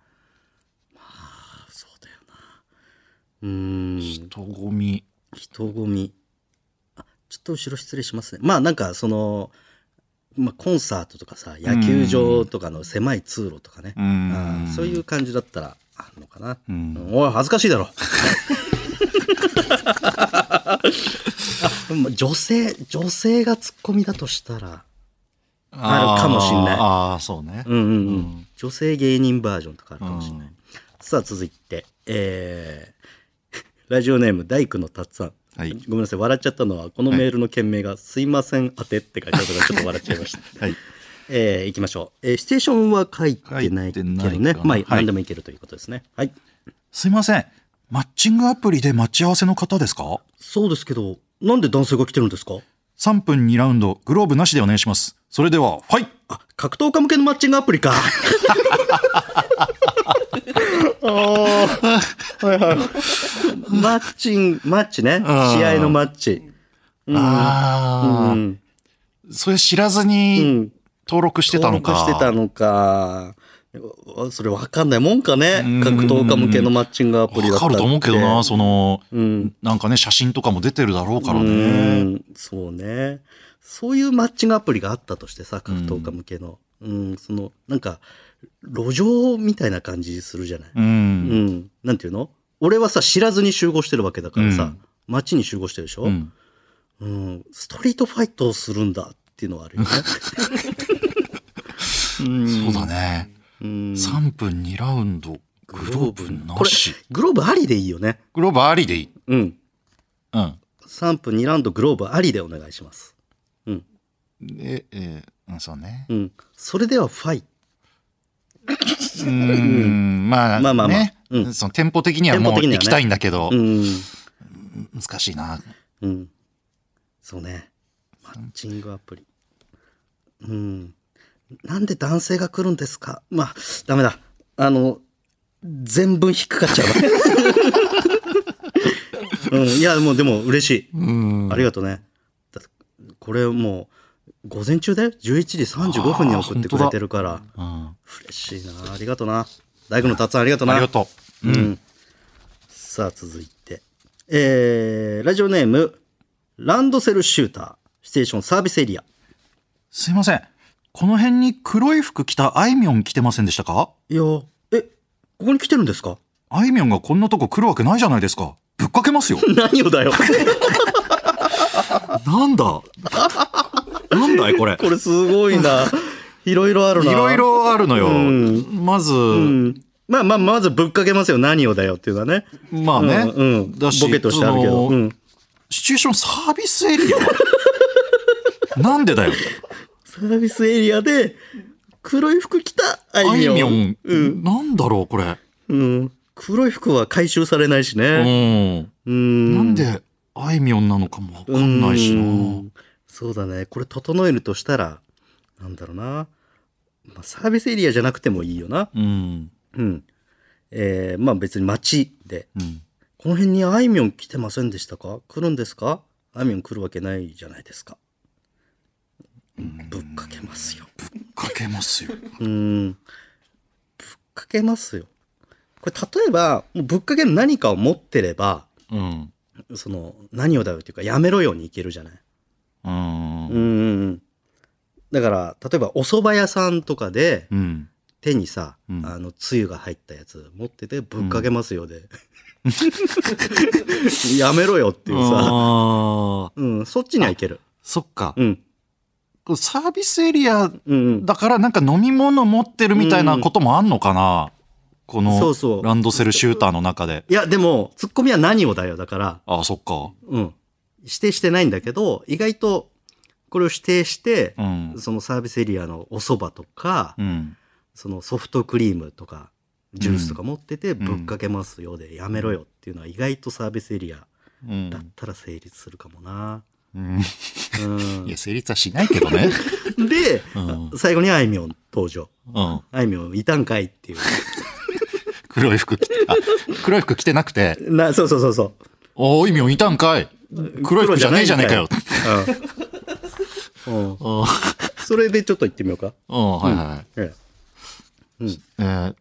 Speaker 1: まあそうだよなうん
Speaker 2: 人混み。
Speaker 1: 人混みあちょっと後ろ失礼しますねまあなんかその、まあ、コンサートとかさ野球場とかの狭い通路とかね、
Speaker 2: うん
Speaker 1: あーそういう感じだったらあんのかな、
Speaker 2: うん
Speaker 1: うんおい恥ずかしいだ ろあでも女性女性がツッコミだとしたらあるかもしんない
Speaker 2: あーあー、そうね。
Speaker 1: うんうんうん、
Speaker 2: うん
Speaker 1: 女性芸人バージョンとかあるかもしれない、
Speaker 2: うん
Speaker 1: さあ続いてえー ラジオネーム大工のたっさん
Speaker 2: はい
Speaker 1: ごめんなさい笑っちゃったのはこのメールの件名が「すいません宛て」って書いてあったからちょっと笑っちゃい ました
Speaker 2: はい。
Speaker 1: えー、いきましょう、えー、シチュエーションは書いてないけど
Speaker 2: 書いて
Speaker 1: ね
Speaker 2: ないかな
Speaker 1: まあ
Speaker 2: はい
Speaker 1: 何でもいけるということですねはい
Speaker 2: すいません。マッチングアプリで待ち合わせの方ですか
Speaker 1: そうですけどなんで男性が来てるんですか
Speaker 2: ?3 分2ラウンド、グローブなしでお願いします。それでは、ファイ
Speaker 1: あ格闘家向けのマッチングアプリ かあーはいはいマッチンマッチね試合のマッチ
Speaker 2: ああ、
Speaker 1: うん
Speaker 2: それ知らず
Speaker 1: う
Speaker 2: に
Speaker 1: ん
Speaker 2: 登録してたのか。
Speaker 1: 登録してたのかわそれ分かんないもんかね
Speaker 2: うん
Speaker 1: 格闘家向けのマッチングアプリだ
Speaker 2: わ
Speaker 1: った
Speaker 2: か
Speaker 1: って
Speaker 2: ると思うけどな、その、
Speaker 1: うん
Speaker 2: なんかね、写真とかも出てるだろうから
Speaker 1: う
Speaker 2: ね。
Speaker 1: んそうねそういうマッチングアプリがあったとしてさ格闘家向けの、うんそのなんか路上みたいな感じするじゃない、
Speaker 2: う
Speaker 1: うん
Speaker 2: ん。
Speaker 1: なんていうの俺はさ知らずに集合してるわけだからさ、
Speaker 2: うん
Speaker 1: 街に集合してるでしょ、
Speaker 2: う
Speaker 1: うん
Speaker 2: ん。
Speaker 1: ストリートファイトをするんだっていうのはあるよね。
Speaker 2: そうだね。
Speaker 1: うん
Speaker 2: 3分2ラウンド、グローブな
Speaker 1: これ
Speaker 2: し。
Speaker 1: グローブありでいいよね。
Speaker 2: グローブありでいい。
Speaker 1: うん。
Speaker 2: うん。
Speaker 1: 3分2ラウンドグローブありでお願いします。うん。
Speaker 2: で、えーうん、そうね。
Speaker 1: うん。それではファイ
Speaker 2: うん、ま
Speaker 1: まあ
Speaker 2: あ、
Speaker 1: まあまあ
Speaker 2: ね
Speaker 1: うん
Speaker 2: そのテンポ的にはもう
Speaker 1: テンポ的に
Speaker 2: 行
Speaker 1: はね
Speaker 2: きたいんだけど、
Speaker 1: うん。
Speaker 2: 難しいな。
Speaker 1: うん。そうね。マッチングアプリ。うん。なんで男性が来るんですかまあ、ダメだ。あの、全文引っかかっちゃうわ。 うん、いや、もうでも嬉しい。ありがとうね。だこれもう、午前中で11時35分に送ってくれてるから。
Speaker 2: うん
Speaker 1: 嬉しいな。ありがとうな。大工の達さんありがとうな。
Speaker 2: ありがとう。うん。
Speaker 1: さあ、続いて。えー、ラジオネーム、ランドセルシューター、ステーションサービスエリア。
Speaker 2: すいません。この辺に黒い服着たあいみょん来てませんでしたか
Speaker 1: いや、え、ここに来てるんです か
Speaker 2: あいみょんがこんなとこ来るわけないじゃないですか。ぶっかけますよ。
Speaker 1: 何をだよ。
Speaker 2: なんだなんだいこ れ。
Speaker 1: これすごいな。いろいろある
Speaker 2: い
Speaker 1: な。
Speaker 2: ろい。ろあるのよ。まず、
Speaker 1: うん。まあまあ、まずぶっかけますよ。何をだよっていうのはね。
Speaker 2: まあね。
Speaker 1: うん、うん。ボ
Speaker 2: だし
Speaker 1: ケとしてあるけ
Speaker 2: その
Speaker 1: ど。うん。
Speaker 2: シチュエーションサービスエリアなんでだよ。
Speaker 1: サービスエリアで、黒い服着たあ
Speaker 2: あ
Speaker 1: いみ
Speaker 2: い
Speaker 1: ょん。
Speaker 2: みょん、
Speaker 1: うん。
Speaker 2: なんだろうこれ。
Speaker 1: うん。黒い服は回収されないし
Speaker 2: う
Speaker 1: ね。
Speaker 2: ん。
Speaker 1: うん。
Speaker 2: なんであいみょんなのかもわかんないしな。
Speaker 1: うんそうだねこれ整えるとしたらなんだろうな、まあ、サービスエリアじゃなくてもいいよな
Speaker 2: うん。
Speaker 1: うんえー、まあ別に街で
Speaker 2: うん。
Speaker 1: この辺にあいみょん来てませんでしたか来るんですかあいみょん来るわけないじゃないですかぶっかけますよ
Speaker 2: かけますよ。
Speaker 1: うんぶっかけますよこれ例えばもうぶっかけの何かを持ってれば
Speaker 2: うん。
Speaker 1: その何をだよっていうかやめろよにいけるじゃない
Speaker 2: うん。
Speaker 1: うんうんうんだから例えばお蕎麦屋さんとかで
Speaker 2: うん。
Speaker 1: 手にさ、
Speaker 2: うん
Speaker 1: あのつゆが入ったやつ持っててぶっかけますよで、 やめろよっていうさ、
Speaker 2: あー
Speaker 1: うん、そっちにはいける、
Speaker 2: そっか
Speaker 1: う。ん、
Speaker 2: こうサービスエリア
Speaker 1: うんうん
Speaker 2: だからなんか飲み物持ってるみたいなこともあんのかな、こ
Speaker 1: そう
Speaker 2: の
Speaker 1: そう
Speaker 2: ランドセルシューターの中で。
Speaker 1: いやでもツッコミは何をだよだから、
Speaker 2: ああ、そっか。
Speaker 1: うん、指定してないんだけど意外とこれを指定して
Speaker 2: う、ん。
Speaker 1: そのサービスエリアのお蕎麦とか、
Speaker 2: うん。
Speaker 1: そのソフトクリームとかジュースとか持っててぶっかけますよでやめろよっていうのは意外とサービスエリア
Speaker 2: うん
Speaker 1: だったら成立するかもな。
Speaker 2: うん。
Speaker 1: うん
Speaker 2: いや、成立はしないけどね。
Speaker 1: で、
Speaker 2: うん
Speaker 1: 最後にあいみょん登場。
Speaker 2: うん。
Speaker 1: あいみょんいたんかいっていう。
Speaker 2: 黒い服着て、あ、黒い服着てなくて、
Speaker 1: なそうそうそうそう。
Speaker 2: おー、意味をいたんかい。黒い服じゃねえじゃねえかよ。
Speaker 1: うんうん
Speaker 2: うん。うん、
Speaker 1: それでちょっと行ってみようか。
Speaker 2: はいはい。
Speaker 1: ええ
Speaker 2: えー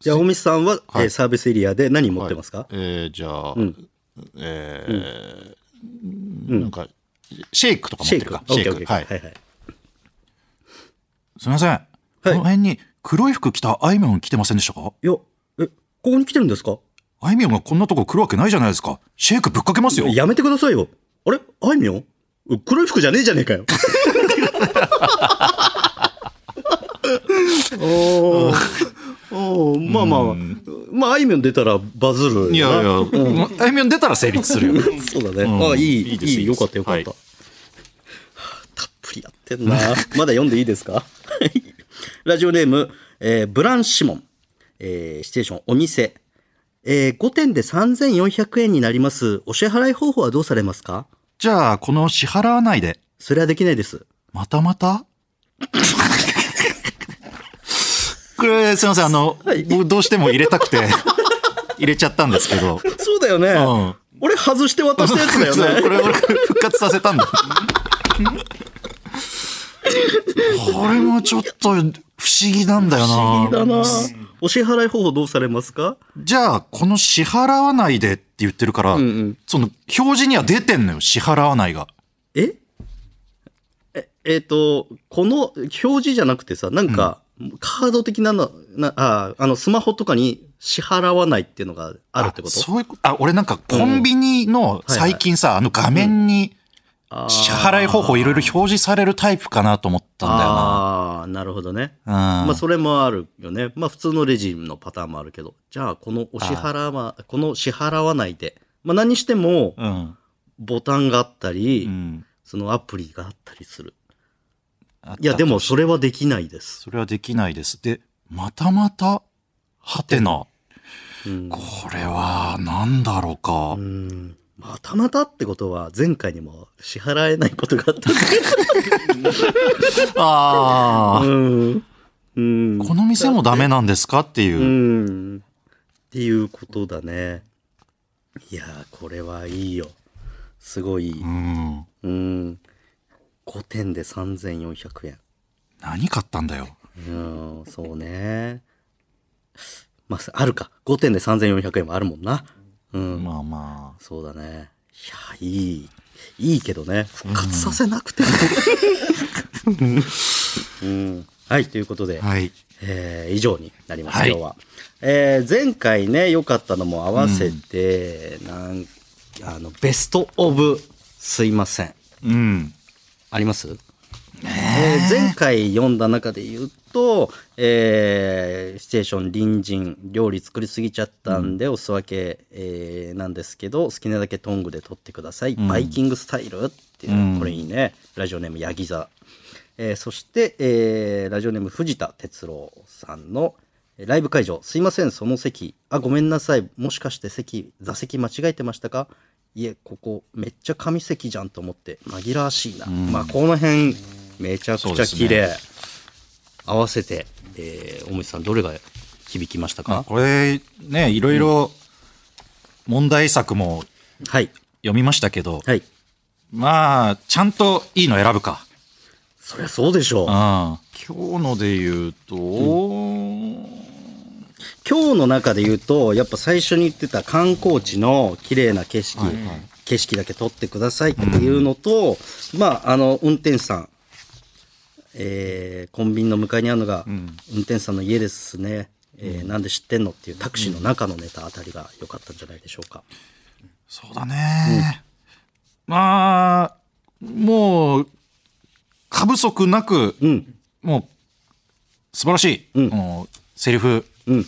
Speaker 1: じゃあ大西さんは、
Speaker 2: はい
Speaker 1: えーサービスエリアで何持ってますか、
Speaker 2: えーじゃあ、
Speaker 1: ん
Speaker 2: えーなんか、シェイクとか持
Speaker 1: シェイ
Speaker 2: ってる
Speaker 1: ク。
Speaker 2: か。シェイク。
Speaker 1: オッケーオッケー
Speaker 2: はい。
Speaker 1: はいはい。
Speaker 2: すみません。この辺に黒い服着たあいみょん来てませんでしたか
Speaker 1: よ、え、ここに来てるんですか
Speaker 2: あいみょんがこんなとこ来るわけないじゃないですか。シェイクぶっかけますよ。
Speaker 1: やめてくださいよ。あれあいみょん黒い服じゃねえじゃねえかよ。おーおーまあまあ、まあ、あいみょん出たらバズる。
Speaker 2: いやいや、あいみょん出たら成立するよ。
Speaker 1: そうだね。
Speaker 2: うん
Speaker 1: あいい、
Speaker 2: い
Speaker 1: い
Speaker 2: い
Speaker 1: い
Speaker 2: ですいいです
Speaker 1: よかったよかった。
Speaker 2: はい
Speaker 1: たっぷりやってんな。 まだ読んでいいですか はいラジオネーム、えーブランシモン、えーステーションお店、え5点で3400円になります。お支払い方法はどうされますか
Speaker 2: じゃあ、この支払わないで、
Speaker 1: それはできないです。
Speaker 2: またま たこれ、すいません、あの、僕どうしても入れたくて、入れちゃったんですけど。
Speaker 1: そうだよね。
Speaker 2: ん
Speaker 1: 俺外して渡したやつだ
Speaker 2: そ
Speaker 1: よ
Speaker 2: う
Speaker 1: ね
Speaker 2: こ。れ俺復活させたんだ。これもちょっと不思議なんだよ
Speaker 1: 不
Speaker 2: な。
Speaker 1: 思議だな。お支払い方法どうされますか
Speaker 2: じゃあ、この支払わないでって言ってるから、その表示には出てんのよ、支払わないが。
Speaker 1: ええ、えっ、と、この表示じゃなくてさ、なんか、カード的なの、なああの、スマホとかに支払わないっていうのがあるってこと
Speaker 2: そういうこあ、俺なんかコンビニの最近さ、あの画面に支払い方法いろいろ表示されるタイプかなと思ったんだよな。
Speaker 1: ああー、なるほどね。
Speaker 2: うん
Speaker 1: まあ、それもあるよね。まあ、普通のレジのパターンもあるけど。じゃあ、このお支払わ、この支払わないで。まあ、何にしても、
Speaker 2: うん。
Speaker 1: ボタンがあったり、
Speaker 2: うん。
Speaker 1: そのアプリがあったりする。
Speaker 2: あった
Speaker 1: いや、でも、それはできないです。
Speaker 2: それはできないです。で、またまた、はてな。
Speaker 1: うん
Speaker 2: これは、なんだろうか。
Speaker 1: うん。またまたってことは前回にも支払えないことがあっ たんで
Speaker 2: ああ、
Speaker 1: うんうん
Speaker 2: この店もダメなんですかっていう。
Speaker 1: うんっていうことだねいやーこれはいいよすごいいい
Speaker 2: うん。
Speaker 1: うん5点で3400円
Speaker 2: 何買ったんだよ。
Speaker 1: うんそうねまああるか5点で3400円もあるもんなうん
Speaker 2: まあまあ。
Speaker 1: そうだねいやいいいいけどね復活させなくても、うん、はいということで、
Speaker 2: はい。
Speaker 1: えー以上になります、
Speaker 2: はい
Speaker 1: 今日は、えー前回ね良かったのも合わせて、なんあのベスト・オブ・すいません
Speaker 2: うん。
Speaker 1: あります、えー前回読んだ中で言うと、えーシチュエーション隣人料理作りすぎちゃったんで、おす分け、えーなんですけど好きなだけトングで取ってください、バイキングスタイルっていうのこれいいねラジオネームヤギ座、えーそして、えーラジオネーム藤田哲郎さんのえーライブ会場すいませんその席あごめんなさいもしかして席座席間違えてましたかいえここめっちゃ紙席じゃんと思って紛らわしいな、まあこの辺めちゃくちゃ綺麗、合わせて、えー、大虫さんどれが響きましたか、
Speaker 2: これ、ね、いろいろ問題作も
Speaker 1: はい
Speaker 2: 読みましたけど、
Speaker 1: はい
Speaker 2: まあ、ちゃんといいの選ぶか。
Speaker 1: そりゃそうでしょう
Speaker 2: うん。今日ので言うと、
Speaker 1: 今日の中で言うとやっぱ最初に言ってた観光地の綺麗な景色、景色だけ撮ってくださいっていうのと、まああの運転手さん、えーコンビニの向かいにあるのが、運転手さんの家ですね、えーなんで知ってんのっていうタクシーの中のネタあたりが良かったんじゃないでしょうか。
Speaker 2: そうだね、まあ、もう、過不足なく、
Speaker 1: うん
Speaker 2: もう、素晴らしい。
Speaker 1: うん
Speaker 2: もうセリフ、
Speaker 1: うん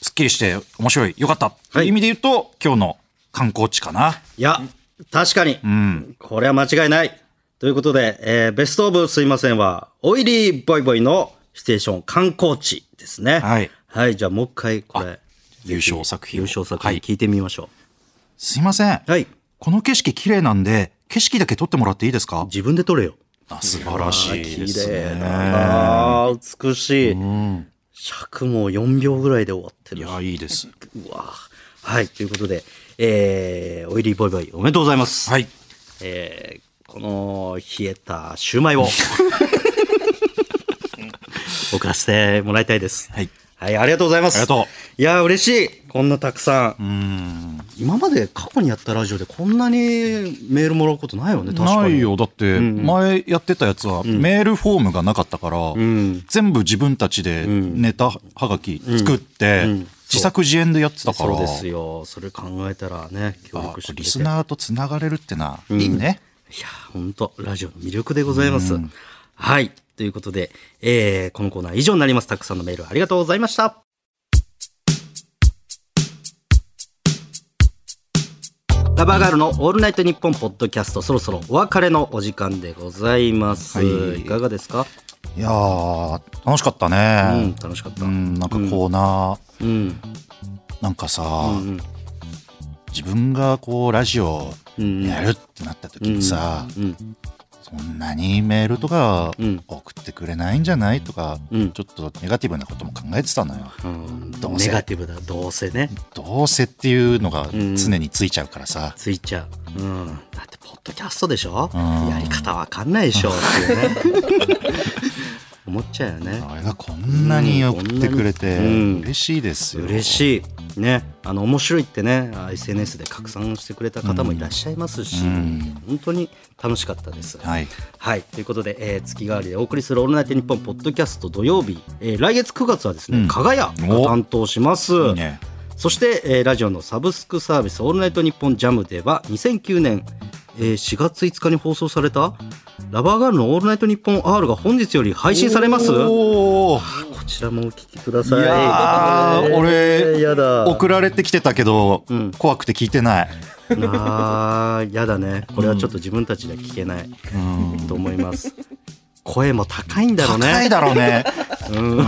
Speaker 2: すっきりして面白い。よかった。という意味で言うと、今日の観光地かな。
Speaker 1: いや確かに、
Speaker 2: うん。
Speaker 1: これは間違いないということで、えーベストオブすいませんは、オイリーボイボイのステーション観光地ですね。
Speaker 2: はい
Speaker 1: はい、じゃあもう一回これ。
Speaker 2: 優勝作品
Speaker 1: 優
Speaker 2: を
Speaker 1: 勝作品
Speaker 2: はい
Speaker 1: 聞いてみましょ
Speaker 2: すいません。
Speaker 1: う。はい。
Speaker 2: この景色綺麗なんで、景色だけ撮ってもらっていいですか
Speaker 1: 自分で撮れよ。
Speaker 2: あ素晴らしいで
Speaker 1: 綺
Speaker 2: す
Speaker 1: 麗
Speaker 2: ね。
Speaker 1: だなあ美しい。尺も4秒ぐらいで終わって
Speaker 2: い
Speaker 1: る。
Speaker 2: や、いいです。
Speaker 1: うわはい、ということで、えー、オイリーボイボイおめでとうございます。
Speaker 2: はい。
Speaker 1: えーこの冷えたシューマイ を送らせてもらいたいです。
Speaker 2: はい。
Speaker 1: はい、ありがとうございます。
Speaker 2: ありがと
Speaker 1: う。いやー、嬉しい。こんなたくさ。
Speaker 2: うんん。
Speaker 1: 今まで過去にやったラジオでこんなにメールもらうことないよね、確かに。
Speaker 2: ない。よだって前やってたやつはメールフォームがなかったから、
Speaker 1: ん
Speaker 2: 全部自分たちでネタはがき作って、
Speaker 1: うん
Speaker 2: 自作自演でやってたから
Speaker 1: そうですよ。それ考えたらね、協
Speaker 2: あ
Speaker 1: 力してくれ
Speaker 2: リ
Speaker 1: て
Speaker 2: スナーとつながれるってな、いいね
Speaker 1: いやー、ほんと、ラジオの魅力でございます。はい。ということで、えー、このコーナー以上になります。たくさんのメールありがとうございました。ラバーガールのオールナイトニッポンポッドキャスト、そろそろお別れのお時間でございます。
Speaker 2: はい
Speaker 1: い、かがですか、
Speaker 2: いやー楽しかった
Speaker 1: う
Speaker 2: ね
Speaker 1: ん、、楽しかっ
Speaker 2: う
Speaker 1: た。
Speaker 2: ん
Speaker 1: うん。
Speaker 2: なんかコーナー、
Speaker 1: うん。
Speaker 2: なんかさ、
Speaker 1: うん。
Speaker 2: 自分がこうラジオ
Speaker 1: うん。
Speaker 2: やるってなった時にさ、
Speaker 1: うん。
Speaker 2: そんなにメールとか
Speaker 1: うん
Speaker 2: 送ってくれないんじゃないとか、
Speaker 1: うん
Speaker 2: ちょっとネガティブなことも考えてたのよ。
Speaker 1: うん
Speaker 2: どうせ
Speaker 1: ネガティブだ、どうせね。
Speaker 2: どうせっていうのが常についちゃうからさ、
Speaker 1: ついちゃう、うん、だってポッドキャストでしょ、
Speaker 2: ん
Speaker 1: やり方わかんないでしょっていう ね思っちゃうよね
Speaker 2: あれがこんなに送ってくれて
Speaker 1: うん
Speaker 2: 嬉しいですよ、
Speaker 1: 嬉
Speaker 2: い
Speaker 1: しいねあの面白いってねあ SNS で拡散してくれた方もいらっしゃいますし、
Speaker 2: うん
Speaker 1: 本当に楽しかったです、
Speaker 2: はい
Speaker 1: はい、ということで、えー月替わりでお送りする「オールナイトニッポン」ポッドキャスト土曜日、えー来月9月はですね、
Speaker 2: うん
Speaker 1: 加賀屋が担当します
Speaker 2: いいね
Speaker 1: そして、えーラジオのサブスクサービス「オールナイトニッポンジャムでは2009年、えー4月5日に放送された「ラバーガールのオールナイトニッポン R」が本日より配信されますこ
Speaker 2: おー
Speaker 1: ちらもお聞きください
Speaker 2: いや
Speaker 1: え
Speaker 2: ー
Speaker 1: ー
Speaker 2: 俺
Speaker 1: やだ
Speaker 2: 送られてきてたけど、
Speaker 1: ん
Speaker 2: 怖くて聞いてない、
Speaker 1: あーやだねこれはちょっと自分たちでは聞けない
Speaker 2: うん、
Speaker 1: と思います、声も高いんだろうね
Speaker 2: 高いだろうね、うん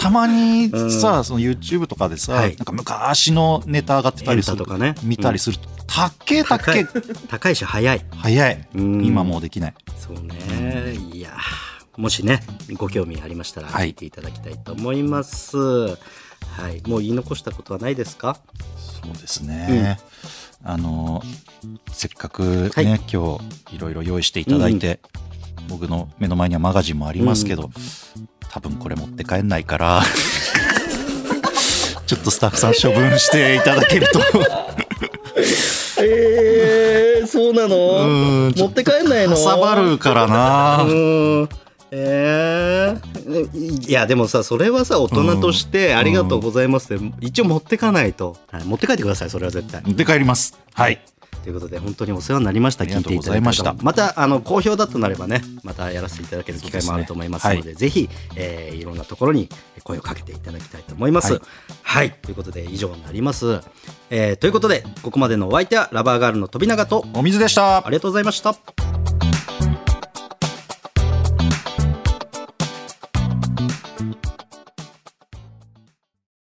Speaker 2: たまにさ、その YouTube とかでさ、
Speaker 1: はい
Speaker 2: なんか昔のネタ上がってたりす
Speaker 1: エ
Speaker 2: る
Speaker 1: ンタとかね
Speaker 2: 見たりすると、たっけえたっ
Speaker 1: 高
Speaker 2: けえ
Speaker 1: い高いし早い
Speaker 2: 早い。
Speaker 1: うん
Speaker 2: 今もうできない。
Speaker 1: そうねいやーもしねご興味ありましたら
Speaker 2: はい
Speaker 1: 聞いていただきたいと思います、はいもう言い残したことはないですか
Speaker 2: そうですね。あの、せっかくね、
Speaker 1: はい
Speaker 2: 今日いろいろ用意していただいて、僕の目の前にはマガジンもありますけど、多分これ持って帰んないから、 ちょっとスタッフさん処分していただける と。
Speaker 1: えー、そうな
Speaker 2: うんちょっ
Speaker 1: って帰んない
Speaker 2: かさばるからな。
Speaker 1: うんえー、いやでもさそれはさ大人として「ありがとうございます」って一応持ってかないと、はい、持って帰ってくださいそれは絶対。
Speaker 2: で帰ります。はい。
Speaker 1: ということで本当にお世話になりました
Speaker 2: あり
Speaker 1: 聞
Speaker 2: が
Speaker 1: い
Speaker 2: と
Speaker 1: て
Speaker 2: う
Speaker 1: い
Speaker 2: ご
Speaker 1: た
Speaker 2: ざ
Speaker 1: だ
Speaker 2: い
Speaker 1: いた
Speaker 2: ま
Speaker 1: 方
Speaker 2: した
Speaker 1: もまたあの好評だとなればねまたやらせていただける機会もあると思いますので
Speaker 2: そう
Speaker 1: ぜひ、えーいろんなところに声をかけていただきたいと思います。は
Speaker 2: はい
Speaker 1: い、ということで以上になります、えーということでここまでのお相手はラバーガールの飛永と
Speaker 2: お水でした
Speaker 1: あ。りがとうございました。